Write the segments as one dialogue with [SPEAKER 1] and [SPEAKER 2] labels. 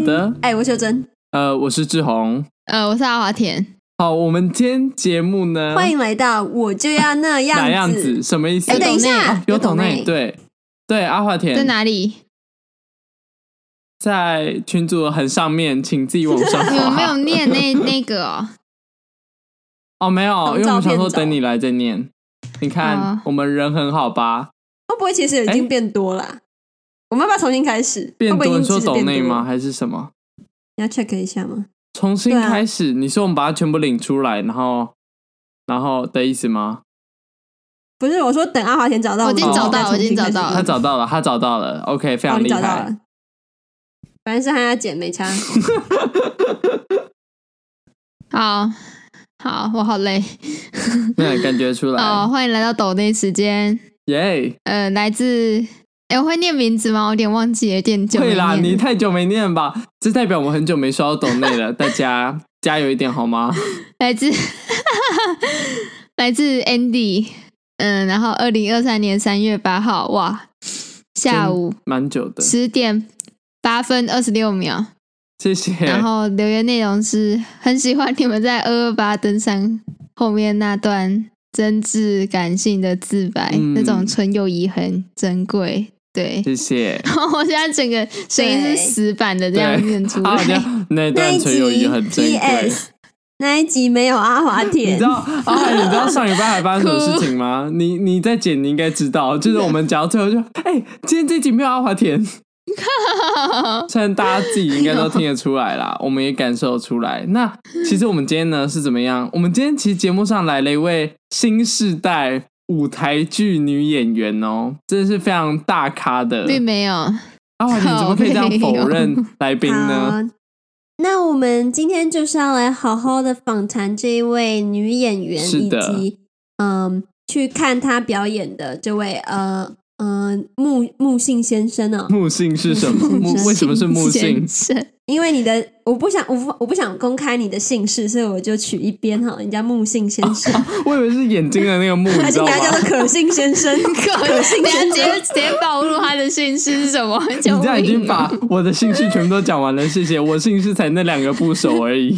[SPEAKER 1] 的，
[SPEAKER 2] 哎，我秀珍，
[SPEAKER 1] 呃，我是志宏。
[SPEAKER 3] 呃，我是阿华田，
[SPEAKER 1] 好，我们今天节目呢，
[SPEAKER 2] 欢迎来到我就要那
[SPEAKER 1] 嗯哪
[SPEAKER 2] 样
[SPEAKER 1] 样子？什么意思？
[SPEAKER 2] 哎，等一下
[SPEAKER 1] 啊，有抖内
[SPEAKER 2] 内，
[SPEAKER 1] 对对，阿华田
[SPEAKER 3] 在哪里？
[SPEAKER 1] 在群组很上面，请自己往上
[SPEAKER 3] 你们没
[SPEAKER 1] 滑
[SPEAKER 3] 有。念那那个哦？
[SPEAKER 1] 哦，没有，
[SPEAKER 2] 从
[SPEAKER 1] 因为我
[SPEAKER 2] 照
[SPEAKER 1] 们想
[SPEAKER 2] 片
[SPEAKER 1] 说
[SPEAKER 2] 找
[SPEAKER 1] 等你来再念。你看
[SPEAKER 3] 哦，
[SPEAKER 1] 我们人很好吧？
[SPEAKER 2] 会不会其实已经变多了啊？我们要不要重新开始？
[SPEAKER 1] 哎变
[SPEAKER 2] 会不会已经
[SPEAKER 1] 多，你说
[SPEAKER 2] 其实
[SPEAKER 1] 抖
[SPEAKER 2] 变
[SPEAKER 1] 内
[SPEAKER 2] 多
[SPEAKER 1] 吗？
[SPEAKER 2] 了？
[SPEAKER 1] 还是什么？
[SPEAKER 2] 你要 check 一下吗？
[SPEAKER 1] 重新
[SPEAKER 2] 对啊
[SPEAKER 1] 开始？你说我们把它全部领出来，然后然后的意思吗？
[SPEAKER 2] 不是，我说等阿华田找到，
[SPEAKER 3] 我已经
[SPEAKER 2] 们
[SPEAKER 1] 找
[SPEAKER 2] 再
[SPEAKER 3] 到
[SPEAKER 2] 重新
[SPEAKER 3] 我已经
[SPEAKER 2] 开始
[SPEAKER 3] 找到
[SPEAKER 2] 录
[SPEAKER 3] 了
[SPEAKER 1] 他找到了，他找到了，OK，非
[SPEAKER 2] 哦
[SPEAKER 1] 常
[SPEAKER 2] 你
[SPEAKER 1] 厉
[SPEAKER 2] 找到
[SPEAKER 1] 害。
[SPEAKER 2] 了。反正是他要剪没差，
[SPEAKER 3] 好好，我好累。
[SPEAKER 1] 那感觉出
[SPEAKER 3] 好，
[SPEAKER 1] 来，
[SPEAKER 3] 欢迎来到抖内时间。
[SPEAKER 1] 耶！
[SPEAKER 3] 呃，来自，哎，我会念名字吗？我有点忘记了，有点久没
[SPEAKER 1] 对啦，
[SPEAKER 3] 念
[SPEAKER 1] 你
[SPEAKER 3] 了
[SPEAKER 1] 太久没念了吧？这代表我们很久没收到抖内 了，大家加油一点好吗？
[SPEAKER 3] 来自来自 Andy，嗯，然后二零二三年三月八号，哇，下午
[SPEAKER 1] 蛮久的，
[SPEAKER 3] 十点八分二十六秒。
[SPEAKER 1] 谢谢。
[SPEAKER 3] 然后留言内容是很喜欢你们在二二八登山后面那段真挚感性的自白，
[SPEAKER 1] 嗯
[SPEAKER 3] 那种纯友谊很珍贵。对，
[SPEAKER 1] 谢谢。
[SPEAKER 3] 然后我现在整个声音
[SPEAKER 2] 对
[SPEAKER 3] 是死板的这样
[SPEAKER 1] 对
[SPEAKER 3] 念出
[SPEAKER 1] 啊，我觉
[SPEAKER 3] 来。
[SPEAKER 1] 得那
[SPEAKER 2] 那
[SPEAKER 1] 段
[SPEAKER 2] 一
[SPEAKER 1] 纯友谊
[SPEAKER 2] 集
[SPEAKER 1] 很珍贵。
[SPEAKER 2] PS 那一集没有阿华
[SPEAKER 1] 你
[SPEAKER 2] 田
[SPEAKER 1] 知，道啊？你知道上礼拜还发生什么事情吗？你你在剪，你应该知道，就是我们讲到最后就，哎、今天这集没有阿华田，虽然大家自己应该都听得出来啦，我们也感受出来。那其实我们今天呢是怎么样？我们今天其实节目上来了一位新世代舞台剧女演员哦，真的是非常大咖的。
[SPEAKER 3] 并没有，
[SPEAKER 1] 阿华田怎么可以这样否认来宾呢？
[SPEAKER 2] 好，那我们今天就是要来好好的访谈这一位女演员，
[SPEAKER 1] 是
[SPEAKER 2] 以
[SPEAKER 1] 的
[SPEAKER 2] 及嗯，去看她表演的这位呃嗯、木木信先生哦。
[SPEAKER 1] 木姓是什么？木
[SPEAKER 2] 木姓
[SPEAKER 1] 为什么是木姓
[SPEAKER 3] 先？生
[SPEAKER 2] 因为你的我不想我不我不想公开你的姓氏，所以我就取一边哈，人家木信先生，
[SPEAKER 1] 我以为是眼睛的那个木，哦你
[SPEAKER 2] 而
[SPEAKER 1] 知
[SPEAKER 2] 且
[SPEAKER 1] 道
[SPEAKER 2] 你
[SPEAKER 1] 吗
[SPEAKER 2] 要？叫做可信先 生， 可信
[SPEAKER 3] 等一下
[SPEAKER 2] 先生
[SPEAKER 3] 直接。直接暴露他的姓氏是什么？你
[SPEAKER 1] 你这样已经把我的姓氏全部都讲完了，谢谢。我姓氏才那两个部首而已。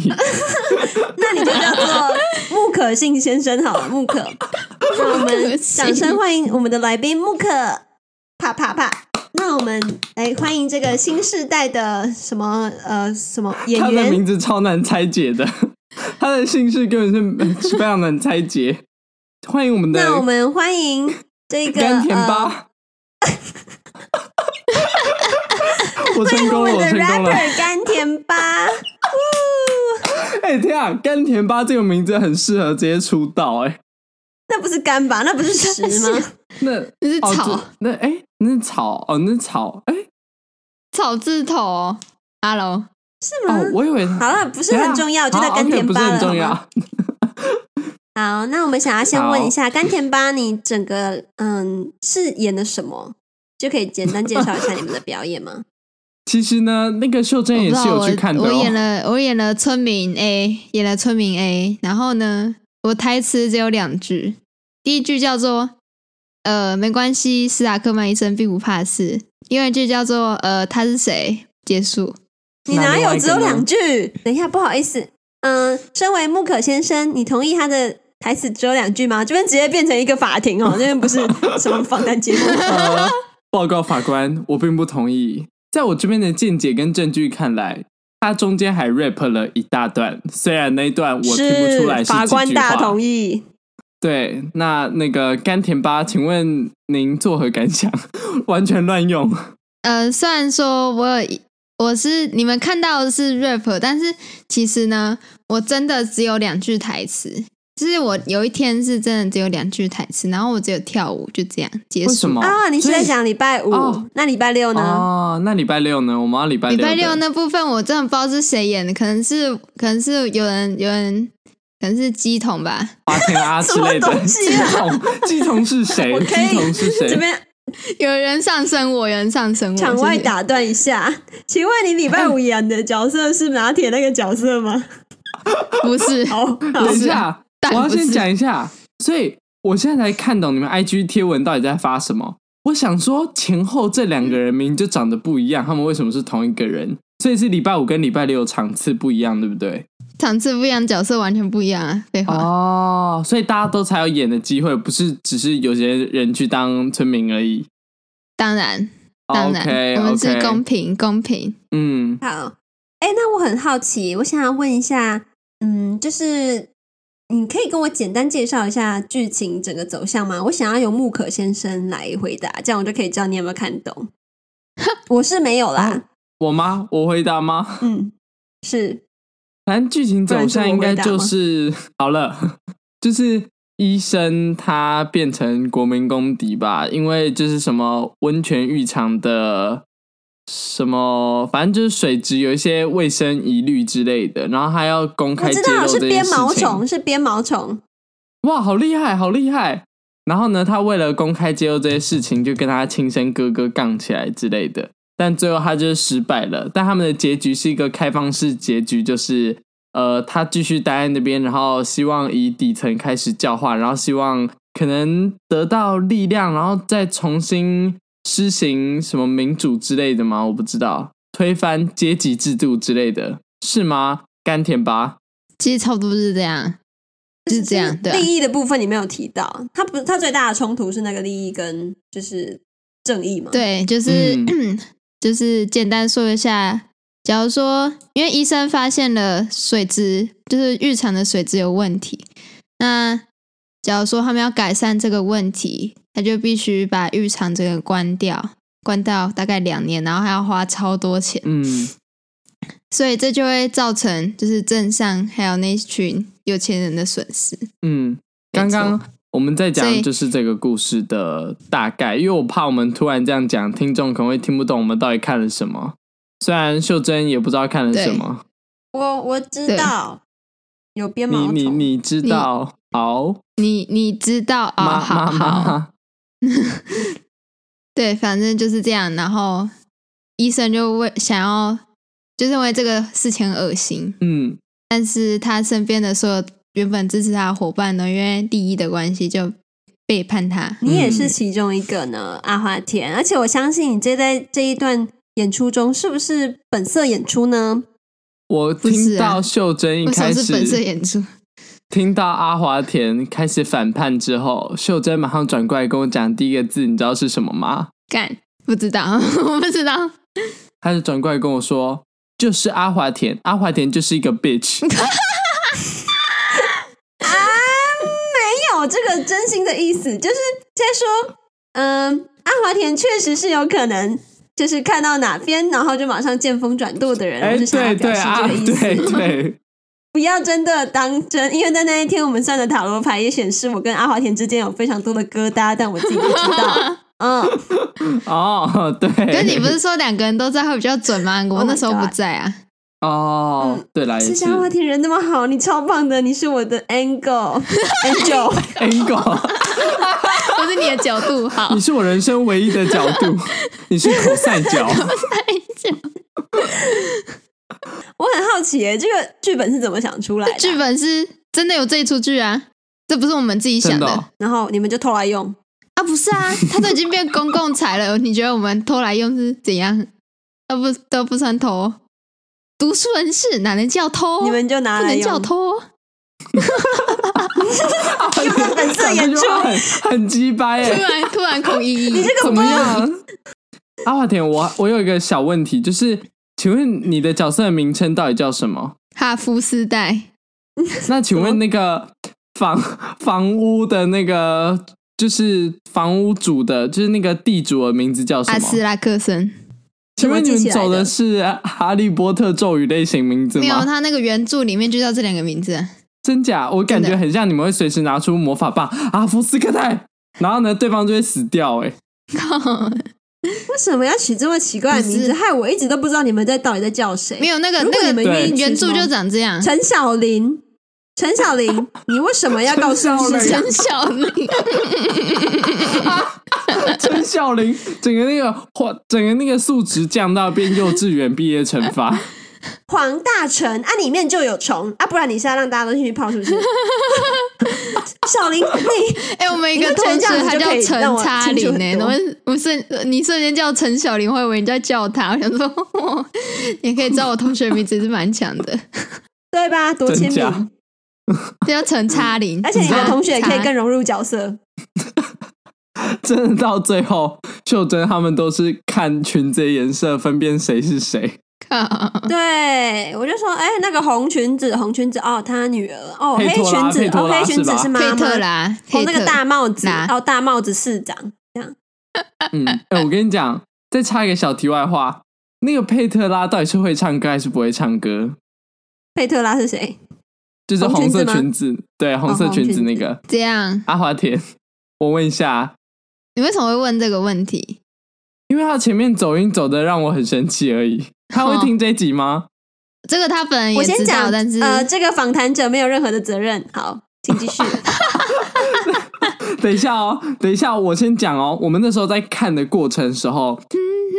[SPEAKER 2] 那你就叫做木可信先生好了，木可。那我 们掌声欢迎我们的来宾木可，啪啪啪。那我们来欢迎这个新世代的什么呃什么演
[SPEAKER 1] 他的名
[SPEAKER 2] 员，
[SPEAKER 1] 字超难拆解的， 他的姓氏根本是 是非常难拆解。欢迎我们的
[SPEAKER 2] 那我们欢迎这个
[SPEAKER 1] 甘甜
[SPEAKER 2] 呃，
[SPEAKER 1] 吧。 我成
[SPEAKER 2] 呃我
[SPEAKER 1] 功
[SPEAKER 2] 们
[SPEAKER 1] 了，我
[SPEAKER 2] 的
[SPEAKER 1] 成功了！
[SPEAKER 2] rapper 甘甜吧。
[SPEAKER 1] 哎、天啊，甘甜吧这个名字很适合直接出道哎、
[SPEAKER 2] 那不是干吧？那不是石吗？
[SPEAKER 1] 那
[SPEAKER 3] 那是
[SPEAKER 1] 哦，
[SPEAKER 3] 草
[SPEAKER 1] 这那哎、那是草哦，那是草哎、
[SPEAKER 3] 草字头哦。Hello，
[SPEAKER 2] 是吗
[SPEAKER 1] 哦，？我以为
[SPEAKER 2] 好了，不是很重要，就
[SPEAKER 1] 啊好
[SPEAKER 2] 在甘
[SPEAKER 1] 哦 OK，
[SPEAKER 2] 甜
[SPEAKER 1] 不是
[SPEAKER 2] 吧
[SPEAKER 1] 很
[SPEAKER 2] 了。
[SPEAKER 1] 重
[SPEAKER 2] 好吗
[SPEAKER 1] 要。
[SPEAKER 2] 好，那我们想要先问一下甘甜吧，你整个嗯是演的什么？就可以简单介绍一下你们的表演吗？
[SPEAKER 1] 其实呢，那个秀珍
[SPEAKER 3] 我
[SPEAKER 1] 也
[SPEAKER 3] 不知
[SPEAKER 1] 是
[SPEAKER 3] 道
[SPEAKER 1] 有
[SPEAKER 3] 我
[SPEAKER 1] 去看的、哦
[SPEAKER 3] 我演了我演了村民 A，演了村民 A，然后呢，我台词只有两句，第一句叫做呃没关系，斯塔克曼医生并不怕事，另外一句叫做呃他是谁结束。
[SPEAKER 2] 你
[SPEAKER 1] 那
[SPEAKER 2] 哪
[SPEAKER 1] 另外
[SPEAKER 2] 有
[SPEAKER 1] 一
[SPEAKER 2] 只
[SPEAKER 1] 个
[SPEAKER 2] 有
[SPEAKER 1] 呢
[SPEAKER 2] 两句？等一下，不好意思，嗯，身为木可先生，你同意他的台词只有两句吗？这边直接变成一个法庭 哦，这边不是什么访谈节目。
[SPEAKER 1] 呃，报告法官，我并不同意。在我这边的见解跟证据看来，他中间还 rap 了一大段，虽然那一 段我听不出来是
[SPEAKER 2] 法
[SPEAKER 1] 几
[SPEAKER 2] 官
[SPEAKER 1] 句
[SPEAKER 2] 大
[SPEAKER 1] 话。
[SPEAKER 2] 同意，
[SPEAKER 1] 对，那那个甘甜吧，请问您作何感想？ 完全乱用，
[SPEAKER 3] 呃，虽然说我有一我是你们看到的是 rap，但是其实呢，我真的只有两句台词。就是我有一天是真的只有两句台词，然后我只有跳舞，就这样结束。
[SPEAKER 1] 为什么？
[SPEAKER 2] 啊！你是在
[SPEAKER 1] 哦所以
[SPEAKER 2] 讲礼拜五
[SPEAKER 1] 哦，
[SPEAKER 2] 那礼拜六呢？
[SPEAKER 1] 哦？那礼拜六呢？我们要礼拜
[SPEAKER 3] 礼
[SPEAKER 1] 六的。
[SPEAKER 3] 拜六那部分我真的不知道是谁演的，可能是可能是有人有人可能是鸡桶吧，
[SPEAKER 1] 花田啊之类
[SPEAKER 2] 什么
[SPEAKER 1] 的。
[SPEAKER 2] 东
[SPEAKER 1] 鸡
[SPEAKER 2] 西啊
[SPEAKER 1] 童，鸡童是 谁？
[SPEAKER 2] 我可以
[SPEAKER 1] 鸡童是谁？
[SPEAKER 2] 这边
[SPEAKER 3] 有人上升我，有人上升我，
[SPEAKER 2] 场外
[SPEAKER 3] 就是
[SPEAKER 2] 打断一下，请问你礼拜
[SPEAKER 1] 哎
[SPEAKER 2] 五演的角色是拿铁那个角色吗？
[SPEAKER 3] 不是
[SPEAKER 2] 好，好
[SPEAKER 1] 等一
[SPEAKER 3] 是
[SPEAKER 1] 下，
[SPEAKER 3] 但
[SPEAKER 1] 我要
[SPEAKER 3] 不
[SPEAKER 1] 先
[SPEAKER 3] 是
[SPEAKER 1] 讲一下，所以我现在才看懂你们 IG 贴文到底在发什么。我想说，前后这两个人名就长得不一样，他们为什么是同一个人？所以是礼拜五跟礼拜六场次不一样，对不对？
[SPEAKER 3] 场次不一样，角色完全不一样啊！废话，
[SPEAKER 1] 哦，所以大家都才有演的机会，不是只是有些人去当村民而已。
[SPEAKER 3] 当然，当然
[SPEAKER 1] OK，
[SPEAKER 3] 我们是
[SPEAKER 1] OK
[SPEAKER 3] 公平，公平。
[SPEAKER 1] 嗯，
[SPEAKER 2] 好，哎、那我很好奇，我想要问一下，嗯，就是你可以跟我简单介绍一下剧情整个走向吗？我想要由木可先生来回答，这样我就可以知道你有没有看懂。我是没有啦，
[SPEAKER 1] 我吗？我回答吗？
[SPEAKER 3] 哦
[SPEAKER 2] 嗯，是
[SPEAKER 1] 反正剧情走向应该就是好了， 就是医生他变成国民公敌吧，因为就是什么温泉浴场的什么，反正就是水质有一些卫生疑虑之类的，然后他要公
[SPEAKER 2] 我
[SPEAKER 1] 开揭
[SPEAKER 2] 知道
[SPEAKER 1] 露
[SPEAKER 2] 是
[SPEAKER 1] 这件
[SPEAKER 2] 鞭
[SPEAKER 1] 事
[SPEAKER 2] 毛
[SPEAKER 1] 情。
[SPEAKER 2] 虫，是鞭毛虫，
[SPEAKER 1] 哇，好厉害，好厉害！然后呢，他为了公开揭露这些事情，就跟他亲生哥哥杠起来之类的。但最后他就是失败了。但他们的结局是一个开放式结局，就是呃，他继续待在那边，然后希望以底层开始教化，然后希望可能得到力量，然后再重新施行什么民主之类的吗？我不知道，推翻阶级制度之类的是吗？甘甜吧。
[SPEAKER 3] 其实差不多是这样，就是这样，对、啊。
[SPEAKER 2] 利益的部分你没有提到，它不，它最大的冲突是那个利益跟就是正义嘛？，
[SPEAKER 3] 对，就是、
[SPEAKER 1] 嗯
[SPEAKER 3] 就是简单说一下。假如说，因为医生发现了水质，就是浴场的水质有问题，那假如说他们要改善这个问题，他就必须把浴场这个关掉，关掉大概两年，然后还要花超多钱，
[SPEAKER 1] 嗯，
[SPEAKER 3] 所以这就会造成就是镇上还有那群有钱人的损失。
[SPEAKER 1] 嗯，
[SPEAKER 3] 没
[SPEAKER 1] 刚
[SPEAKER 3] 错
[SPEAKER 1] 刚我们在
[SPEAKER 3] 所
[SPEAKER 1] 讲
[SPEAKER 3] 以
[SPEAKER 1] 就是这个故事的大概，因为我怕我们突然这样讲，听众可能会听不懂我们到底看了什么。虽然秀珍也不知道看了什么，
[SPEAKER 2] 我我知
[SPEAKER 3] 对
[SPEAKER 2] 道有鞭毛
[SPEAKER 1] 你
[SPEAKER 2] 虫，
[SPEAKER 1] 你你知道？好，
[SPEAKER 3] 你你知道哦，
[SPEAKER 1] 妈
[SPEAKER 3] 好
[SPEAKER 1] 妈
[SPEAKER 3] 好，
[SPEAKER 1] 妈，
[SPEAKER 3] 对，反正就是这样。然后医生就为想要，就认为这个事情很恶心，
[SPEAKER 1] 嗯，
[SPEAKER 3] 但是他身边的所有原本支持他的伙伴呢，因为利益的关系就背叛他。
[SPEAKER 2] 你也
[SPEAKER 1] 嗯
[SPEAKER 2] 是其中一个呢，阿华田。而且我相信你这在这一段演出中，是不是本色演出呢？
[SPEAKER 1] 我
[SPEAKER 3] 不是
[SPEAKER 1] 听
[SPEAKER 3] 啊
[SPEAKER 1] 到秀珍一
[SPEAKER 3] 为什
[SPEAKER 1] 开
[SPEAKER 3] 么是本色
[SPEAKER 1] 始
[SPEAKER 3] 演出？
[SPEAKER 1] 听到阿华田开始反叛之后，秀珍马上转过来跟我讲第一个字，你知道是什么吗？
[SPEAKER 3] 干，不知道， 我不知道。
[SPEAKER 1] 她就转过来跟我说，就是阿华田，阿华田就是一个 bitch。
[SPEAKER 2] 啊没有这个真心的意思，就是在说，嗯、阿华田确实是有可能。就是看到哪边，然后就马上见风转舵的人，
[SPEAKER 1] 哎，
[SPEAKER 2] 我就想要表
[SPEAKER 1] 对对
[SPEAKER 2] 示
[SPEAKER 1] 啊，
[SPEAKER 2] 这个意思。
[SPEAKER 1] 对对。
[SPEAKER 2] 不要真的当真，因为在那一天我们算的塔罗牌也显示我跟阿华田之间有非常多的疙瘩，但我自己不知 道。嗯，
[SPEAKER 1] 哦，对。
[SPEAKER 3] 可是你不是说两个人都在会比较准吗？我
[SPEAKER 2] Oh my
[SPEAKER 3] 那时候不
[SPEAKER 2] God
[SPEAKER 3] 在啊。
[SPEAKER 1] 哦，
[SPEAKER 2] 嗯
[SPEAKER 1] 对啦，也
[SPEAKER 2] 谢
[SPEAKER 1] 是
[SPEAKER 2] 谢阿华田人那么好，你超棒的，你是我的 angle angel。
[SPEAKER 1] angle，
[SPEAKER 3] 不是你的角度好
[SPEAKER 1] 你，是我人生唯一的角度，你是口塞 角。
[SPEAKER 2] 我很好奇耶，这个剧本是怎么想出来的啊？
[SPEAKER 3] 剧本是真的有这一出剧啊，这不是我们自己想
[SPEAKER 1] 真的
[SPEAKER 3] 的
[SPEAKER 1] 哦
[SPEAKER 2] 然后你们就偷来用，
[SPEAKER 3] 啊，不是啊，它都已经变公共财了，你觉得我们偷来用是怎样？都不都不算偷，读书人士哪能叫偷？
[SPEAKER 2] 你们就拿
[SPEAKER 3] 哦不
[SPEAKER 2] 来
[SPEAKER 3] 能
[SPEAKER 2] 用。
[SPEAKER 3] 叫偷，哦
[SPEAKER 2] 有没有本色演
[SPEAKER 1] 这
[SPEAKER 2] 出
[SPEAKER 1] 句？话很哦 很鸡掰
[SPEAKER 3] 突
[SPEAKER 1] 哎，
[SPEAKER 3] 然突然 孔依依，
[SPEAKER 1] 怎么样？阿华田，我我有一个小问题，就是，请问你的角色的名称到底叫什么？
[SPEAKER 3] 哈夫斯代
[SPEAKER 1] 那请问那个房房屋的那个，就是房屋主的，就是那个地主的名字叫什
[SPEAKER 3] 阿
[SPEAKER 1] 么？
[SPEAKER 3] 斯拉克森，
[SPEAKER 1] 请问你们
[SPEAKER 2] 怎么记起来
[SPEAKER 1] 走
[SPEAKER 2] 的
[SPEAKER 1] 的是《哈利波特》咒语类型名字
[SPEAKER 3] 没有
[SPEAKER 1] 吗？
[SPEAKER 3] 他那个原著里面就叫这两个名字啊，
[SPEAKER 1] 真假？我感觉
[SPEAKER 3] 真的
[SPEAKER 1] 很像你们会随时拿出魔法棒阿福斯克泰，然后呢，对方就会死掉、 欸。
[SPEAKER 3] 靠，
[SPEAKER 2] 为什么要取这么奇怪的名
[SPEAKER 3] 不
[SPEAKER 2] 字？
[SPEAKER 3] 是
[SPEAKER 2] 害我一直都不知道你们在到底在叫谁。
[SPEAKER 3] 没有那个
[SPEAKER 2] 如果
[SPEAKER 3] 那
[SPEAKER 2] 你们
[SPEAKER 3] 个
[SPEAKER 2] 愿意
[SPEAKER 1] 对
[SPEAKER 3] 原
[SPEAKER 2] 取什
[SPEAKER 3] 著
[SPEAKER 2] 么
[SPEAKER 3] 就长这样，
[SPEAKER 2] 陈小林，陈小 林，你为什么要告诉
[SPEAKER 1] 陈小
[SPEAKER 2] 市
[SPEAKER 1] 林
[SPEAKER 2] 长？
[SPEAKER 3] 陈小 明，
[SPEAKER 1] 哎，陈小玲整个那个花，整个那个素质降到变幼稚园毕业惩罚。
[SPEAKER 2] 黄大成啊，里面就有虫啊，不然你现在让大家都进去泡是 不是？小林，你
[SPEAKER 3] 哎、我们一
[SPEAKER 2] 你
[SPEAKER 3] 个
[SPEAKER 2] 会
[SPEAKER 3] 同
[SPEAKER 2] 突然
[SPEAKER 3] 学
[SPEAKER 2] 这样子
[SPEAKER 3] 他
[SPEAKER 2] 就
[SPEAKER 3] 叫
[SPEAKER 2] 可以让
[SPEAKER 3] 陈
[SPEAKER 2] 我
[SPEAKER 3] 差
[SPEAKER 2] 清楚
[SPEAKER 3] 林
[SPEAKER 2] 很
[SPEAKER 3] 哎、
[SPEAKER 2] 多
[SPEAKER 3] 我们我瞬你瞬间叫陈小林，我以为你在叫他，我想说，哇也可以知道我同学名字是蛮强的，
[SPEAKER 2] 对吧？多
[SPEAKER 1] 真
[SPEAKER 2] 亲
[SPEAKER 1] 假
[SPEAKER 2] 民，
[SPEAKER 3] 叫陈差林，
[SPEAKER 2] 而且你的
[SPEAKER 3] 叉
[SPEAKER 2] 同学也可以
[SPEAKER 3] 叉
[SPEAKER 2] 更融入角色。
[SPEAKER 1] 真的到最后，秀珍他们都是看裙子的颜色分辨谁是谁。
[SPEAKER 3] 靠，
[SPEAKER 2] 对，我就说，哎、那个红裙子，红裙子，哦，她女儿，哦，
[SPEAKER 1] 佩
[SPEAKER 2] 黑
[SPEAKER 1] 托拉
[SPEAKER 2] 裙子
[SPEAKER 1] 佩，托
[SPEAKER 2] 哦，
[SPEAKER 1] 拉
[SPEAKER 2] 黑裙子
[SPEAKER 1] 是
[SPEAKER 2] 是妈
[SPEAKER 3] 佩
[SPEAKER 2] 妈
[SPEAKER 3] 特，啦，
[SPEAKER 2] 哦
[SPEAKER 3] 佩，
[SPEAKER 2] 那个
[SPEAKER 3] 特
[SPEAKER 2] 大帽子
[SPEAKER 3] 拿，
[SPEAKER 2] 哦，大帽子市长，
[SPEAKER 1] 嗯，哎、我跟你讲，再插一个小题外话，那个佩特拉到底是会唱歌还是不会唱歌？
[SPEAKER 2] 佩特拉是谁？
[SPEAKER 1] 就是
[SPEAKER 2] 红
[SPEAKER 1] 红
[SPEAKER 2] 裙子
[SPEAKER 1] 色
[SPEAKER 2] 吗哦
[SPEAKER 1] 裙子，对，红色
[SPEAKER 2] 红
[SPEAKER 1] 裙子
[SPEAKER 2] 裙
[SPEAKER 1] 那
[SPEAKER 2] 子
[SPEAKER 1] 个
[SPEAKER 3] 这样，
[SPEAKER 1] 阿华田。我问一下，
[SPEAKER 3] 你为什么会问这个问题？
[SPEAKER 1] 因为他前面走音走的让我很生气而已。他会
[SPEAKER 3] 哦
[SPEAKER 1] 听这一集吗？
[SPEAKER 3] 这个他本人
[SPEAKER 2] 我
[SPEAKER 3] 也
[SPEAKER 2] 先
[SPEAKER 3] 知
[SPEAKER 2] 讲
[SPEAKER 3] 道，但是，
[SPEAKER 2] 呃，这个访谈者没有任何的责任。好，请继续。
[SPEAKER 1] 等一下哦，等一下，我先讲哦。我们那时候在看的过程的时候，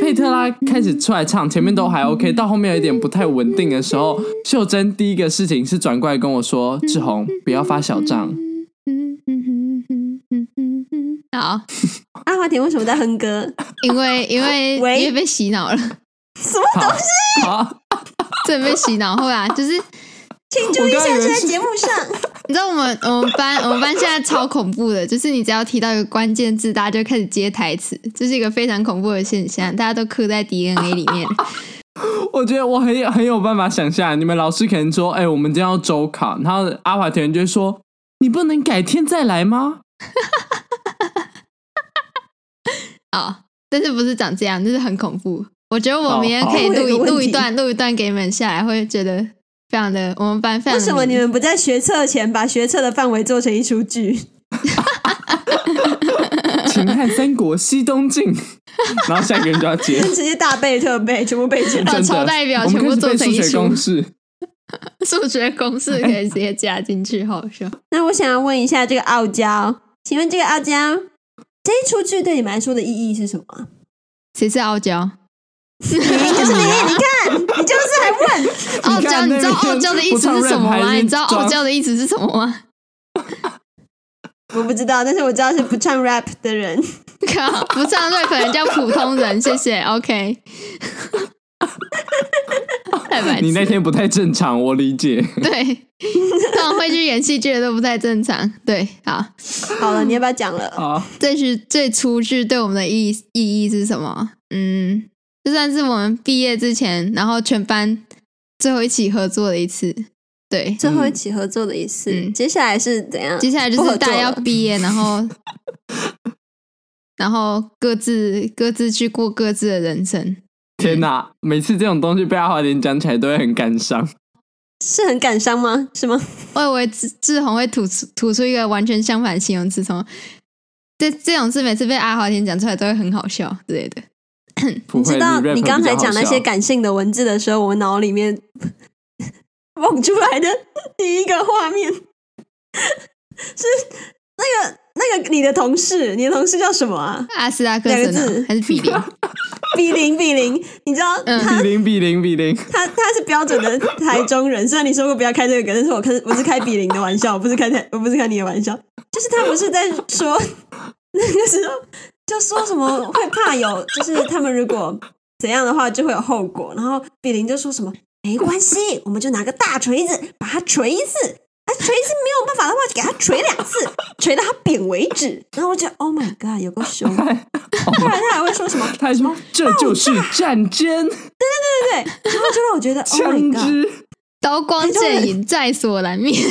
[SPEAKER 1] 佩特拉开始出来唱，前面都还 OK，到后面有一点不太稳定的时候，秀珍第一个事情是转过来跟我说：“志宏，不要发小账。
[SPEAKER 3] 嗯嗯嗯嗯嗯嗯嗯嗯好，
[SPEAKER 2] 阿华田为什么在哼 歌？
[SPEAKER 3] 因为因为
[SPEAKER 2] 喂
[SPEAKER 3] 因为被洗脑了，
[SPEAKER 2] 什么”
[SPEAKER 1] 好，好，
[SPEAKER 3] 真的被洗脑后啊，就是
[SPEAKER 2] 请注意，
[SPEAKER 1] 我刚以
[SPEAKER 2] 现
[SPEAKER 1] 为
[SPEAKER 2] 在是
[SPEAKER 1] 是
[SPEAKER 2] 在节目上。
[SPEAKER 3] 你知道我们我们班我们班现在超恐怖的，就是你只要提到一个关键字，大家就开始接台词，这是一个非常恐怖的现象，大家都刻在 DNA 里 面。
[SPEAKER 1] 我觉得我很有很有办法想象，你们老师可能说：“哎、我们今天要周考。”然后阿华田就会说：“你不能改天再来吗
[SPEAKER 3] 好，哦但是不是长这样，就是很恐怖。我觉得我
[SPEAKER 1] 好
[SPEAKER 3] 明天可
[SPEAKER 2] 哦
[SPEAKER 3] 以
[SPEAKER 2] 好
[SPEAKER 3] 录一
[SPEAKER 2] 我有个问
[SPEAKER 3] 录一
[SPEAKER 2] 题
[SPEAKER 3] 段录一段给你们下来，会觉得非常的我们班非 常
[SPEAKER 2] 为
[SPEAKER 3] 的
[SPEAKER 2] 什么
[SPEAKER 3] 迷
[SPEAKER 2] 你们不在学测前把学测的范围做成一出 剧？：“
[SPEAKER 1] 秦汉三国西东晋。”然后下一个人就要接，
[SPEAKER 2] 直接大背特背，全部背起来。
[SPEAKER 3] 把
[SPEAKER 1] 真
[SPEAKER 3] 超
[SPEAKER 1] 的，
[SPEAKER 3] 代表
[SPEAKER 1] 我们
[SPEAKER 3] 全部
[SPEAKER 1] 开始
[SPEAKER 3] 做
[SPEAKER 1] 背
[SPEAKER 3] 成一
[SPEAKER 1] 数学
[SPEAKER 3] 束
[SPEAKER 1] 公式。
[SPEAKER 3] 数学公式可以直接加进去，好笑。
[SPEAKER 2] 那我想要问一下这个傲娇，请问这个傲娇这一出剧对你们来说的意义是什么啊？
[SPEAKER 3] 谁是傲娇？
[SPEAKER 2] 明明 就是你，你看，你就是还问，
[SPEAKER 3] 傲
[SPEAKER 1] 你
[SPEAKER 3] 娇，
[SPEAKER 1] 看
[SPEAKER 3] 你知
[SPEAKER 1] 那边
[SPEAKER 3] 道傲娇的意思是
[SPEAKER 1] 不唱 rap
[SPEAKER 3] 什么吗？
[SPEAKER 1] 还是
[SPEAKER 3] 你知道傲
[SPEAKER 1] 装
[SPEAKER 3] 娇的意思是什么吗？
[SPEAKER 2] 我不知道，但是我知道是不唱 rap 的人。
[SPEAKER 3] 靠，不唱 rap 人叫普通人，谢谢。OK，太白痴了。
[SPEAKER 1] 你那天不太正常，我理解。
[SPEAKER 3] 对，这种会去演戏剧的都不太正常。对，好，
[SPEAKER 2] 好了，你要不要讲了？
[SPEAKER 1] 好，
[SPEAKER 3] 这是最初剧对我们的意义意义是什么？嗯，就算是我们毕业之前，然后全班最后一起合作的一次。对，
[SPEAKER 2] 最后一起合作的意思，
[SPEAKER 3] 嗯
[SPEAKER 2] 接下来是怎样？
[SPEAKER 3] 接下来就
[SPEAKER 2] 不合
[SPEAKER 3] 是
[SPEAKER 2] 作
[SPEAKER 3] 大家要
[SPEAKER 2] 了
[SPEAKER 3] 毕业，然后然后各自各自去过各自的人生。
[SPEAKER 1] 天哪！每次这种东西被阿华田讲起来，都会很感伤。
[SPEAKER 2] 是很感伤吗？是吗？
[SPEAKER 3] 我以为志志宏会吐出吐出一个完全相反的形容词，什么这这种事每次被阿华田讲出来都会很好笑之类的。
[SPEAKER 1] 不
[SPEAKER 2] 知
[SPEAKER 1] 会，
[SPEAKER 2] 道
[SPEAKER 1] 你 rap
[SPEAKER 2] 你刚才讲那些
[SPEAKER 1] 比较好笑
[SPEAKER 2] 感性的文字的时候，我脑里面 蹦出来的第一个画面 是那个那个你的同事，你的同事叫什么啊？
[SPEAKER 3] 阿斯拉克森、
[SPEAKER 2] 两个
[SPEAKER 3] 啊
[SPEAKER 2] 字、
[SPEAKER 3] 还是比 利？
[SPEAKER 2] 比林比林，你知道
[SPEAKER 3] 嗯
[SPEAKER 2] 他、
[SPEAKER 1] 比零比零比零，
[SPEAKER 2] 他他是标准的台中人，虽然你说过不要开这个梗，但是我开我是开比林的玩笑，我不是开台，我不是开你的玩笑，就是他不是在说 那个时候就说什么会怕有，就是他们如果怎样的话就会有后果，然后比林就说什么没关系，我们就拿个大锤子把它锤一次，啊锤一次没有办法的话，给它锤两次，锤到它扁为止。然后我就 Oh my God，有个熊，不然他还会说什么？
[SPEAKER 1] 他还说这就是战争，
[SPEAKER 2] 对，然后就让我觉得 Oh
[SPEAKER 1] 枪
[SPEAKER 2] my God。
[SPEAKER 1] 支，
[SPEAKER 3] 刀光剑影在所难免。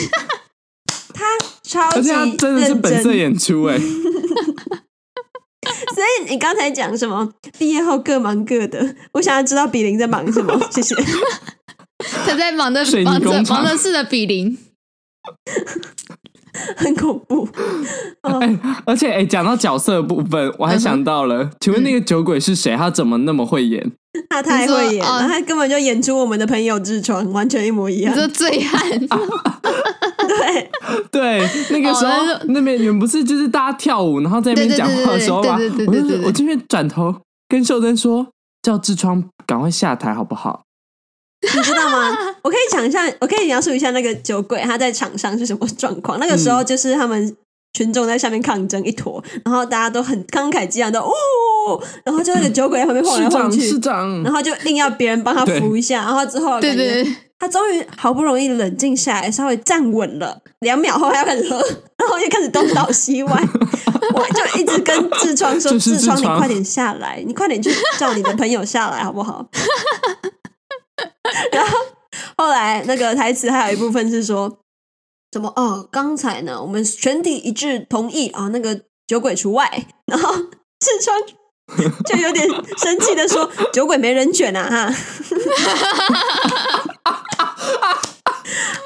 [SPEAKER 2] 他超
[SPEAKER 1] 而
[SPEAKER 2] 级
[SPEAKER 1] 且他
[SPEAKER 2] 认
[SPEAKER 1] 真的是本色演出哎。
[SPEAKER 2] 所以你刚才讲什么？毕业后各忙各的，我想要知道比林在忙什么。谢 谢。
[SPEAKER 3] 他在忙着
[SPEAKER 1] 水泥
[SPEAKER 3] 忙着
[SPEAKER 1] 工厂
[SPEAKER 3] 忙着事的比邻，
[SPEAKER 2] 很恐怖。
[SPEAKER 1] 哎，而且哎，讲到角色的部分，我还想到了，请问那个酒鬼是谁？他怎么那么会演？
[SPEAKER 2] 他太会
[SPEAKER 3] 你
[SPEAKER 2] 演
[SPEAKER 3] 说哦
[SPEAKER 2] 了，他根本就演出我们的朋友痔疮，完全一模一
[SPEAKER 3] 你
[SPEAKER 2] 样。
[SPEAKER 3] 说醉汉，
[SPEAKER 1] 啊
[SPEAKER 2] 对，
[SPEAKER 1] 对，那个时
[SPEAKER 3] 哦那
[SPEAKER 1] 候那边你们不是就是大家跳舞，然后在那边
[SPEAKER 3] 对对
[SPEAKER 1] 讲
[SPEAKER 3] 对
[SPEAKER 1] 话的时候吧，
[SPEAKER 3] 对对对
[SPEAKER 1] 我
[SPEAKER 3] 对
[SPEAKER 1] 就
[SPEAKER 3] 对
[SPEAKER 1] 是
[SPEAKER 3] 对
[SPEAKER 1] 我这边转头跟秀珍说，叫痔疮赶快下台好不好？
[SPEAKER 2] 你知道吗？我可以想象，我可以描述一下那个酒鬼他在场上是什么状况。那个时
[SPEAKER 3] 嗯
[SPEAKER 2] 候就是他们群众在下面抗争一坨，然后大家都很慷慨激昂的哦，然后就那个酒鬼在旁边晃来
[SPEAKER 1] 市
[SPEAKER 2] 晃
[SPEAKER 1] 长，市
[SPEAKER 2] 去，
[SPEAKER 1] 长
[SPEAKER 2] 然， 后就硬要别人帮他扶一下，然后之后
[SPEAKER 3] 对
[SPEAKER 2] 感觉
[SPEAKER 3] 对对，
[SPEAKER 2] 他终于好不容易冷静下来，稍微站稳了，两秒后他要开始喝，然后就开始东倒西歪。 我就一直跟痔疮说：“
[SPEAKER 1] 就是
[SPEAKER 2] 痔疮，你
[SPEAKER 1] 痔疮
[SPEAKER 2] 快点下来，你快点去叫你的朋友下来，好不 好？”然后后来那个台词还有一部分是说什么哦，刚才呢，我们全体一致同意啊、那个酒鬼除外。 然后痔疮就有点生气的说：“酒鬼没人选啊！”哈，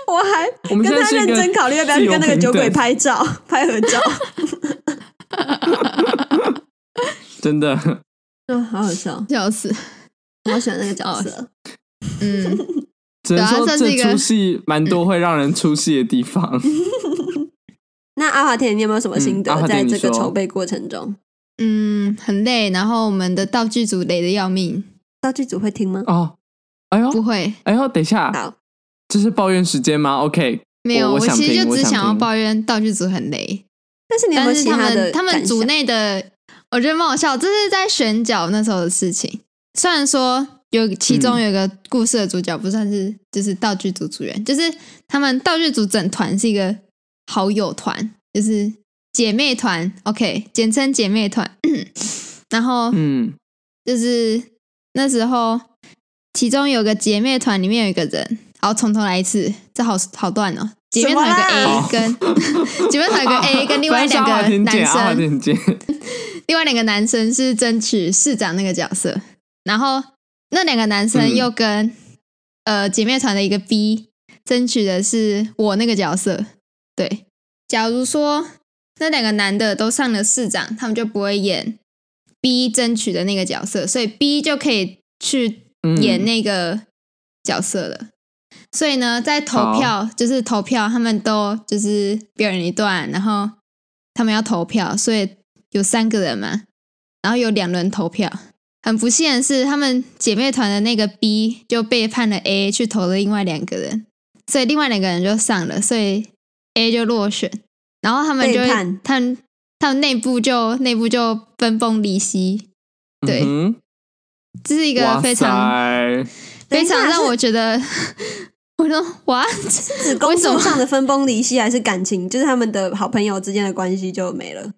[SPEAKER 2] 我还
[SPEAKER 1] 我们
[SPEAKER 2] 跟
[SPEAKER 1] 现在
[SPEAKER 2] 他
[SPEAKER 1] 是一
[SPEAKER 2] 认
[SPEAKER 1] 个
[SPEAKER 2] 真考虑要不要去跟那个酒鬼拍照、拍合 照。
[SPEAKER 1] 真的，
[SPEAKER 2] 啊，好好笑！
[SPEAKER 3] 笑死。
[SPEAKER 2] 我好喜欢那个角
[SPEAKER 1] 哦
[SPEAKER 3] 好
[SPEAKER 2] 色。
[SPEAKER 3] 嗯，
[SPEAKER 1] 只能说
[SPEAKER 3] 对啊这是
[SPEAKER 1] 这
[SPEAKER 3] 一个嗯
[SPEAKER 1] 出戏蛮多会让人出戏的地 方。
[SPEAKER 2] 那阿华田，你有没有什么心
[SPEAKER 1] 嗯阿
[SPEAKER 2] 得
[SPEAKER 1] 华
[SPEAKER 2] 在
[SPEAKER 1] 田
[SPEAKER 2] 这个
[SPEAKER 1] 你说
[SPEAKER 2] 筹备过程中？
[SPEAKER 3] 嗯，很累，然后我们的道具组累得要命，
[SPEAKER 2] 道具组会听吗？
[SPEAKER 1] 哦，哎
[SPEAKER 3] 不
[SPEAKER 1] 呦，
[SPEAKER 3] 会，
[SPEAKER 1] 哎呦，等一下，
[SPEAKER 2] 好，
[SPEAKER 1] 这是抱怨时间吗？OK，
[SPEAKER 3] 没有，
[SPEAKER 1] 我
[SPEAKER 3] 我
[SPEAKER 1] 我想
[SPEAKER 3] 其实
[SPEAKER 1] 听
[SPEAKER 3] 就
[SPEAKER 1] 我
[SPEAKER 3] 只
[SPEAKER 1] 想
[SPEAKER 3] 想要
[SPEAKER 1] 听
[SPEAKER 3] 抱怨道具组很累，
[SPEAKER 2] 但是你有没有
[SPEAKER 3] 但是
[SPEAKER 2] 其
[SPEAKER 3] 他
[SPEAKER 2] 的
[SPEAKER 3] 们他们
[SPEAKER 2] 感
[SPEAKER 3] 组
[SPEAKER 2] 想
[SPEAKER 3] 内的，我觉得蛮好笑，这是在选角那时候的事情。虽然说有其中
[SPEAKER 1] 嗯
[SPEAKER 3] 有一个故事的主角不算是就是道具组组员，就是他们道具组整团是一个好友团，就是姐妹团，OK，简称姐妹团。 然后
[SPEAKER 1] 嗯，
[SPEAKER 3] 就是那时候其中有个姐妹团里面有一个人，好，从头来一次，这好好断哦。姐妹团有个
[SPEAKER 2] 什么
[SPEAKER 3] A
[SPEAKER 1] 啦哦
[SPEAKER 3] 跟 姐妹 团有个 A
[SPEAKER 1] 啊
[SPEAKER 3] 跟另外两
[SPEAKER 1] 阿华
[SPEAKER 3] 个
[SPEAKER 1] 田姐
[SPEAKER 3] 男
[SPEAKER 1] 阿华
[SPEAKER 3] 生，
[SPEAKER 1] 田姐，
[SPEAKER 3] 另外两个男生是争取市长那个角色，然后那两个男生
[SPEAKER 1] 嗯
[SPEAKER 3] 又跟、呃姐妹团的一个 B 争取的是我那个角色。对，假如说那两个男的都上了市长，他们就不会演 B 争取的那个角色，所以 B 就可以去
[SPEAKER 1] 嗯
[SPEAKER 3] 演那个角色了。所以呢，在投票就是投票，他们都就是表演一段，然后他们要投票，所以有三个人嘛，然后有两轮投票。很不幸的是，他们姐妹团的那个 B 就背叛了 A，去投了另外两个人，所以另外两个人就上了，所以 A 就落选。然后他们就会
[SPEAKER 2] 背叛
[SPEAKER 3] 他们他们内部就内部就分崩离析，对
[SPEAKER 1] 嗯哼
[SPEAKER 3] 这是一个
[SPEAKER 1] 哇
[SPEAKER 3] 非常
[SPEAKER 1] 塞
[SPEAKER 3] 非
[SPEAKER 2] 等一
[SPEAKER 3] 常
[SPEAKER 2] 下
[SPEAKER 3] 让
[SPEAKER 2] 是
[SPEAKER 3] 我觉得， 我说哇，
[SPEAKER 2] 是指工
[SPEAKER 3] 为什
[SPEAKER 2] 作
[SPEAKER 3] 么
[SPEAKER 2] 上的分崩离析，还是感情，就是他们的好朋友之间的关系就没了？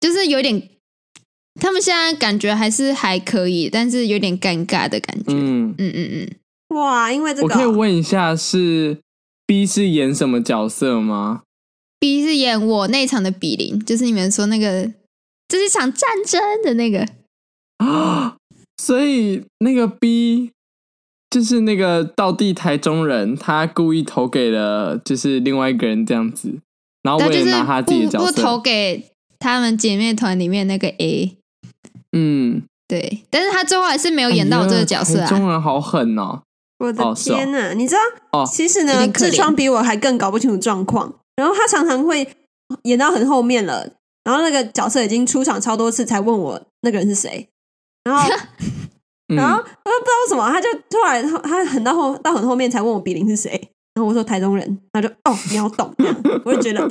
[SPEAKER 3] 就是有点，他们现在感觉还是还可以，但是有点尴尬的感觉。嗯
[SPEAKER 1] 嗯，
[SPEAKER 3] 嗯嗯
[SPEAKER 2] 哇，因为这
[SPEAKER 1] 我
[SPEAKER 2] 个
[SPEAKER 1] 可以
[SPEAKER 2] 哦
[SPEAKER 1] 问一下，是 B 是演什么角色吗？
[SPEAKER 3] b 是演我那一场的比邻，就是你们说那个这是一场战争的那个，
[SPEAKER 1] 啊，所以那个 B 就是那个道地台中人，他故意投给了就是另外一个人这样子，然后
[SPEAKER 3] 他
[SPEAKER 1] 为
[SPEAKER 3] 就
[SPEAKER 1] 了
[SPEAKER 3] 是
[SPEAKER 1] 拿他自己的角
[SPEAKER 3] 不不投
[SPEAKER 1] 色，
[SPEAKER 3] 给他们姐妹团里面那个 A，
[SPEAKER 1] 嗯，
[SPEAKER 3] 对，但是他最后还是没有演到我这个角
[SPEAKER 1] 哎
[SPEAKER 3] 色
[SPEAKER 1] 呀
[SPEAKER 3] 啊。
[SPEAKER 1] 台中人好狠哦，
[SPEAKER 2] 我的
[SPEAKER 1] 哦是哦
[SPEAKER 2] 天呐，你知道，
[SPEAKER 1] 哦
[SPEAKER 2] 其实
[SPEAKER 3] 有
[SPEAKER 2] 呢，
[SPEAKER 3] 点可怜
[SPEAKER 2] 痔疮比我还更搞不清楚状况。然后他常常会演到很后面了，然后那个角色已经出场超多次，才问我那个人是谁。然后，
[SPEAKER 1] 嗯
[SPEAKER 2] 然后我呃又不知道为什么，他就突然他他很到后到很后面才问我比邻是谁，然后我说台中人，他就哦秒懂，这样我就觉得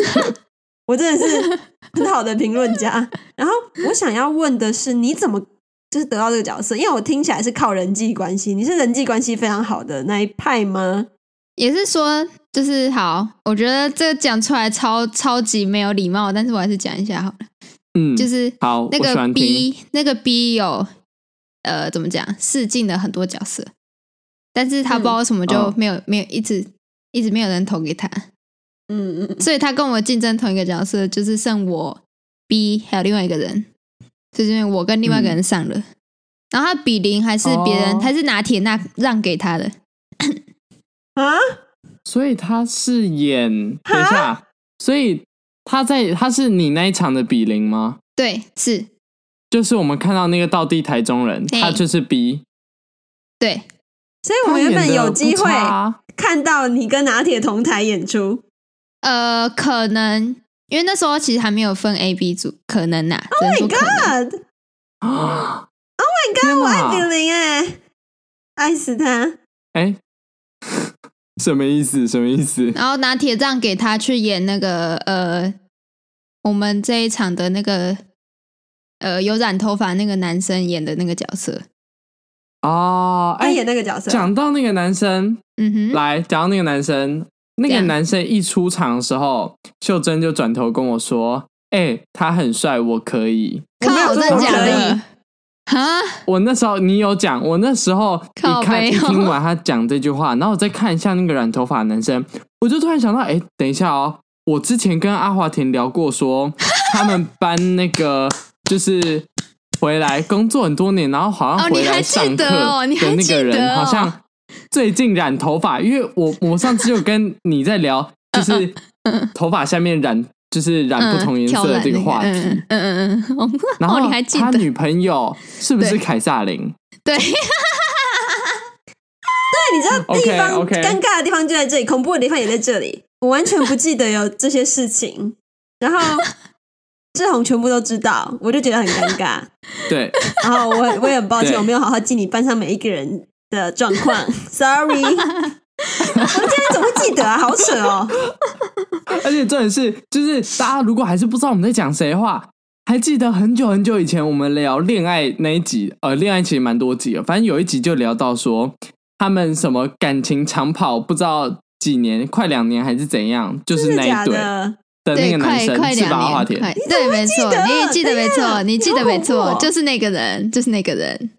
[SPEAKER 2] 我真的是很好的评论家。然后我想要问的是，你怎么就是得到这个角色？因为我听起来是靠人际关系，你是人际关系非常好的那一派吗？
[SPEAKER 3] 也是说，就是好，我觉得这讲出来超超级没有礼貌，但是我还是讲一下好了，
[SPEAKER 1] 嗯，
[SPEAKER 3] 就是
[SPEAKER 1] 好，
[SPEAKER 3] 那
[SPEAKER 1] 我喜
[SPEAKER 3] 个
[SPEAKER 1] 欢听
[SPEAKER 3] B 那个 B 有呃怎么讲试镜的很多角色，但是
[SPEAKER 2] 嗯
[SPEAKER 3] 他不知道为什么就
[SPEAKER 1] 哦
[SPEAKER 3] 没有、没有一直一直没有人投给他，
[SPEAKER 2] 嗯嗯，
[SPEAKER 3] 所以他跟我竞争同一个角色，就是剩我 B 还有另外一个人，就是因为我跟另外一个人上了，然后他比零还是别人、
[SPEAKER 1] 嗯哦
[SPEAKER 3] 还是拿铁那让给他的，
[SPEAKER 2] 嗯啊，
[SPEAKER 1] 所以他是演，等一下，所以他在他是你那一场的比邻吗？
[SPEAKER 3] 对，是
[SPEAKER 1] 就是我们看到那个道地台中人，
[SPEAKER 3] 对
[SPEAKER 1] 他就是 B。
[SPEAKER 3] 对，
[SPEAKER 2] 所 以我原
[SPEAKER 1] 他
[SPEAKER 2] 本
[SPEAKER 1] 演得
[SPEAKER 2] 有机
[SPEAKER 1] 不
[SPEAKER 2] 会
[SPEAKER 1] 差 啊
[SPEAKER 2] 看到你跟拿铁同台演出，
[SPEAKER 3] 呃，可能因为那时候其实还没有分 A、B 组，可能呐、只
[SPEAKER 2] Oh My
[SPEAKER 3] 能说可能
[SPEAKER 2] God，
[SPEAKER 1] 啊！Oh Oh my god！
[SPEAKER 2] 我爱比邻哎，爱死他！
[SPEAKER 1] 哎， 什么意思？什么意思？
[SPEAKER 3] 然后拿铁杖给他去演那个呃，我们这一场的那个呃有染头发那个男生演的那个角色。
[SPEAKER 1] 哦，
[SPEAKER 2] 他
[SPEAKER 1] 哎，
[SPEAKER 2] 演那个角色，
[SPEAKER 1] 讲到那个男生，
[SPEAKER 3] 嗯哼，
[SPEAKER 1] 来讲到那个男生，那
[SPEAKER 3] 这
[SPEAKER 1] 个
[SPEAKER 3] 样
[SPEAKER 1] 男生一出场的时候，秀珍就转头跟我说：“哎、他很帅，我可以。
[SPEAKER 2] 我没有
[SPEAKER 3] 靠，
[SPEAKER 2] 说
[SPEAKER 3] 真的
[SPEAKER 2] 不
[SPEAKER 3] 假
[SPEAKER 2] 可以
[SPEAKER 3] 的？啊，”
[SPEAKER 1] 我那时候你有讲，我那时候
[SPEAKER 3] 靠
[SPEAKER 1] 一看
[SPEAKER 3] 北
[SPEAKER 1] 一
[SPEAKER 3] 哦
[SPEAKER 1] 听完他讲这句话，然后我再看一下那个染头发男生，我就突然想到，哎、等一下哦，我之前跟阿华田聊过说他们班那个就是。回来工作很多年，然后好
[SPEAKER 3] 哦
[SPEAKER 1] 像
[SPEAKER 3] 你
[SPEAKER 1] 回来
[SPEAKER 3] 还记
[SPEAKER 1] 上课
[SPEAKER 3] 得哦你还
[SPEAKER 1] 的那
[SPEAKER 3] 记
[SPEAKER 1] 个人，
[SPEAKER 3] 得
[SPEAKER 1] 好
[SPEAKER 3] 哦
[SPEAKER 1] 像最近染头发，因为我我上次就跟你在聊，就是头发下面染就是染不同颜色的这个话题，
[SPEAKER 3] 嗯嗯 嗯嗯，
[SPEAKER 1] 然后
[SPEAKER 3] 哦你还记
[SPEAKER 1] 他
[SPEAKER 3] 得
[SPEAKER 1] 女朋友是不是
[SPEAKER 3] 对
[SPEAKER 1] 凯撒琳？
[SPEAKER 3] 对，
[SPEAKER 2] 对，你知道地方
[SPEAKER 1] OK，OK
[SPEAKER 2] 尴尬的地方就在这里，恐怖的地方也在这里。我完全不记得有这些事情，然后 志宏全部都知道，我就觉得很尴尬。
[SPEAKER 1] 对，
[SPEAKER 2] 然后我我也很抱歉，
[SPEAKER 1] 对
[SPEAKER 2] 我没有好好记你班上每一个人的状况 ，sorry。我竟然怎么会记得啊？好扯哦！
[SPEAKER 1] 而且重点是，就是大家如果还是不知道我们在讲谁的话，还记得很久很久以前我们聊恋爱那一集，呃，恋爱其实蛮多集的，反正有一集就聊到说他们什么感情长跑，不知道几年，快两年还是怎样，就是
[SPEAKER 2] 真的
[SPEAKER 1] 那
[SPEAKER 2] 假
[SPEAKER 1] 一对
[SPEAKER 2] 的？
[SPEAKER 1] 的那
[SPEAKER 3] 对，
[SPEAKER 1] 个男
[SPEAKER 3] 快快
[SPEAKER 1] 生是
[SPEAKER 3] 两
[SPEAKER 1] 吧？阿华
[SPEAKER 3] 年，
[SPEAKER 1] 田
[SPEAKER 3] 快，对，没错，
[SPEAKER 2] 得
[SPEAKER 3] 你
[SPEAKER 1] 哎
[SPEAKER 3] 记得没
[SPEAKER 2] 天啊
[SPEAKER 3] 错，你记得没
[SPEAKER 2] 你好
[SPEAKER 3] 错
[SPEAKER 2] 恐，怖哦
[SPEAKER 3] 就是那个人，就是那个人，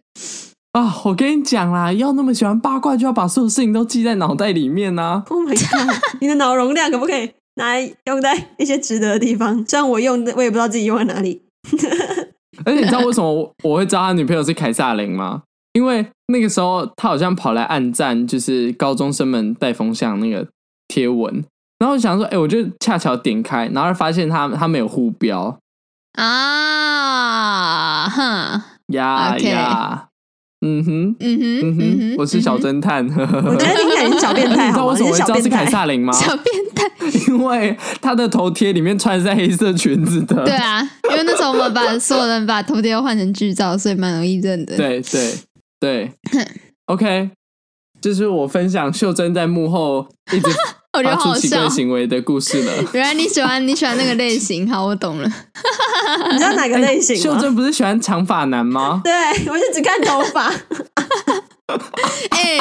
[SPEAKER 1] 啊，我跟你讲啦，要那么喜欢八卦，就要把所有事情都记在脑袋里面啊呐、
[SPEAKER 2] Oh my god！你的脑容量可不可以拿来用在一些值得的地方？虽然我用的，我也不知道自己用在哪 里。
[SPEAKER 1] 而且你知道为什么我 我会知道他女朋友是凯撒琳吗？因为那个时候他好像跑来暗赞，就是高中生们带风向那个贴文，然后我想说，哎、我就恰巧点开，然后发现他他们有互标
[SPEAKER 3] 啊，哼，
[SPEAKER 1] 呀
[SPEAKER 3] OK
[SPEAKER 1] 呀，嗯哼。
[SPEAKER 3] 嗯哼，
[SPEAKER 1] 嗯
[SPEAKER 3] 嗯
[SPEAKER 1] 哼
[SPEAKER 3] 哼，，
[SPEAKER 1] 我是小
[SPEAKER 3] 嗯
[SPEAKER 1] 侦探。
[SPEAKER 2] 我
[SPEAKER 1] 我
[SPEAKER 2] 觉得听起来你是小变态，
[SPEAKER 1] 你知
[SPEAKER 2] 好吗？
[SPEAKER 1] 道为什
[SPEAKER 2] 你
[SPEAKER 1] 么
[SPEAKER 2] 是小
[SPEAKER 1] 会知道
[SPEAKER 2] 变
[SPEAKER 1] 是凯
[SPEAKER 2] 态。
[SPEAKER 1] 撒琳吗
[SPEAKER 3] 哼，？小变态，
[SPEAKER 1] 因为他的头贴里面穿的是黑色裙子的。
[SPEAKER 3] 对啊，因为那时候我们把所有人把头贴都换成剧照，所以蛮容易认的。，
[SPEAKER 1] 对对对，OK，这 是我分享秀珍在幕后一直
[SPEAKER 3] 我觉
[SPEAKER 1] 发
[SPEAKER 3] 得
[SPEAKER 1] 出
[SPEAKER 3] 好
[SPEAKER 1] 奇
[SPEAKER 3] 笑
[SPEAKER 1] 怪。行为的故事了。
[SPEAKER 3] 原来你喜欢你喜欢那个类型，好，我懂了。
[SPEAKER 2] 你知道哪个类型
[SPEAKER 3] 哎
[SPEAKER 1] 秀
[SPEAKER 2] 吗？
[SPEAKER 1] 珍不是喜欢长发男 吗？
[SPEAKER 2] 对，我就只看头发。
[SPEAKER 3] 哎、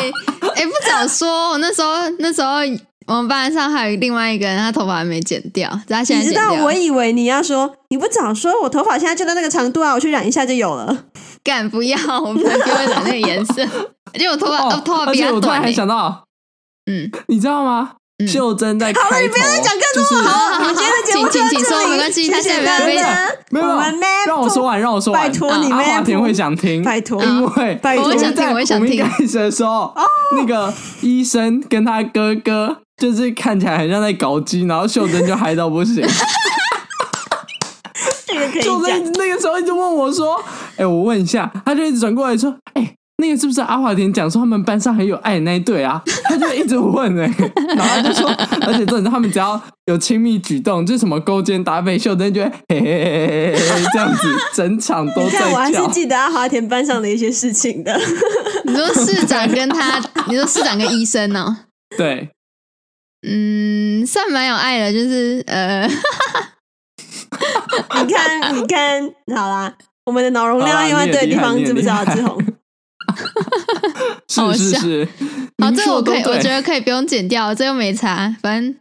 [SPEAKER 3] 哎、不早说，我那时候那时候我们班上还有另外一个人，他头发还没剪掉，只是他 现
[SPEAKER 2] 你
[SPEAKER 3] 在
[SPEAKER 2] 知
[SPEAKER 3] 剪
[SPEAKER 2] 道，
[SPEAKER 3] 掉。
[SPEAKER 2] 我以为你要说你不早说，我头发现在就到那个长度啊，我去染一下就有了。
[SPEAKER 3] 敢不要，我不能给我染那个 颜色，而且我头发、
[SPEAKER 1] 哦
[SPEAKER 3] 头发
[SPEAKER 1] 而
[SPEAKER 3] 比
[SPEAKER 1] 且
[SPEAKER 3] 他
[SPEAKER 1] 我突然
[SPEAKER 3] 短、
[SPEAKER 1] 还
[SPEAKER 3] 欸。
[SPEAKER 1] 想到，
[SPEAKER 3] 嗯，
[SPEAKER 1] 你知道吗？
[SPEAKER 3] 嗯
[SPEAKER 1] 秀珍在开头，
[SPEAKER 2] 好了，你不要再讲更多了。
[SPEAKER 1] 就是
[SPEAKER 2] 好，我们今天的节目就到这
[SPEAKER 3] 请请请
[SPEAKER 2] 里
[SPEAKER 3] 说没关系
[SPEAKER 2] 谢谢
[SPEAKER 3] 他现在
[SPEAKER 2] 大
[SPEAKER 3] 没有
[SPEAKER 2] 家
[SPEAKER 1] 没有
[SPEAKER 2] 我们 map
[SPEAKER 1] 让我说完， 让我说完。
[SPEAKER 2] 拜托你
[SPEAKER 1] 阿
[SPEAKER 2] 们
[SPEAKER 1] 华田会想听，
[SPEAKER 2] 拜托
[SPEAKER 1] 因为
[SPEAKER 2] 拜托哦
[SPEAKER 1] 我
[SPEAKER 2] 我想
[SPEAKER 3] 嗯听我想听
[SPEAKER 1] 开始的时候，那个医生跟他哥哥就是看起来很像在搞基，然后秀珍就嗨到不行。
[SPEAKER 2] 这个可以
[SPEAKER 1] 就在
[SPEAKER 2] 讲。
[SPEAKER 1] 那个时候一直问我说：“哎、我问一下。”他就一直转过来说：“哎、那个是不是阿华田讲说他们班上很有爱的那一对啊？”他就一直问哎、然后他就说，而且真的他们只要有亲密举动，就什么勾肩搭背，秀珍就会嘿嘿嘿嘿嘿嘿这样子，整场都
[SPEAKER 2] 你看，我
[SPEAKER 1] 在
[SPEAKER 2] 还是
[SPEAKER 1] 叫。
[SPEAKER 2] 记得阿华田班上的一些事情的。
[SPEAKER 3] 你说市长跟他， 你说市长跟医生哦、
[SPEAKER 1] 对，
[SPEAKER 3] 嗯，算蛮有爱的，就是呃，
[SPEAKER 2] 你看，你看，好啦，我们的脑容
[SPEAKER 1] 好
[SPEAKER 2] 量
[SPEAKER 1] 啦
[SPEAKER 2] 用在
[SPEAKER 1] 你也
[SPEAKER 2] 对的地
[SPEAKER 1] 厉害
[SPEAKER 2] 方，
[SPEAKER 1] 你也
[SPEAKER 2] 知不知道？
[SPEAKER 1] 厉害
[SPEAKER 2] 志宏，
[SPEAKER 1] 是
[SPEAKER 3] 好
[SPEAKER 1] 是
[SPEAKER 3] 笑
[SPEAKER 1] 是。您
[SPEAKER 3] 好，啊这个
[SPEAKER 1] 说
[SPEAKER 3] 我
[SPEAKER 1] 都
[SPEAKER 3] 可以，我
[SPEAKER 1] 对
[SPEAKER 3] 觉得可以不用剪掉，这又没差，反正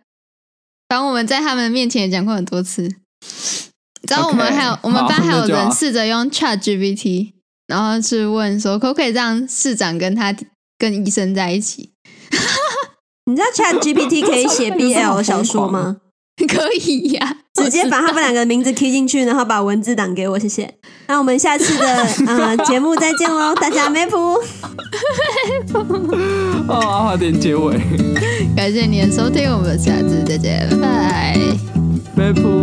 [SPEAKER 3] 反正我们在他们面前也讲过很多次。然后我们
[SPEAKER 1] OK，
[SPEAKER 3] 还有我们
[SPEAKER 1] 好
[SPEAKER 3] 班还有
[SPEAKER 1] 那就好
[SPEAKER 3] 人试着用 Chat GPT，然后去问说可不可以让市长跟他跟医生在一起？
[SPEAKER 2] 你 知道 Chat GPT 可以写 BL 小说吗？
[SPEAKER 3] 可以呀、
[SPEAKER 2] 直接把他们两个名字 key 进去，然后把文字档给我，谢谢。那我们下次的呃节目再见喽，大家 map。
[SPEAKER 1] 哦，阿华田结尾，
[SPEAKER 3] 感谢你的收听，我们下次再见，拜拜。
[SPEAKER 1] 拜拜。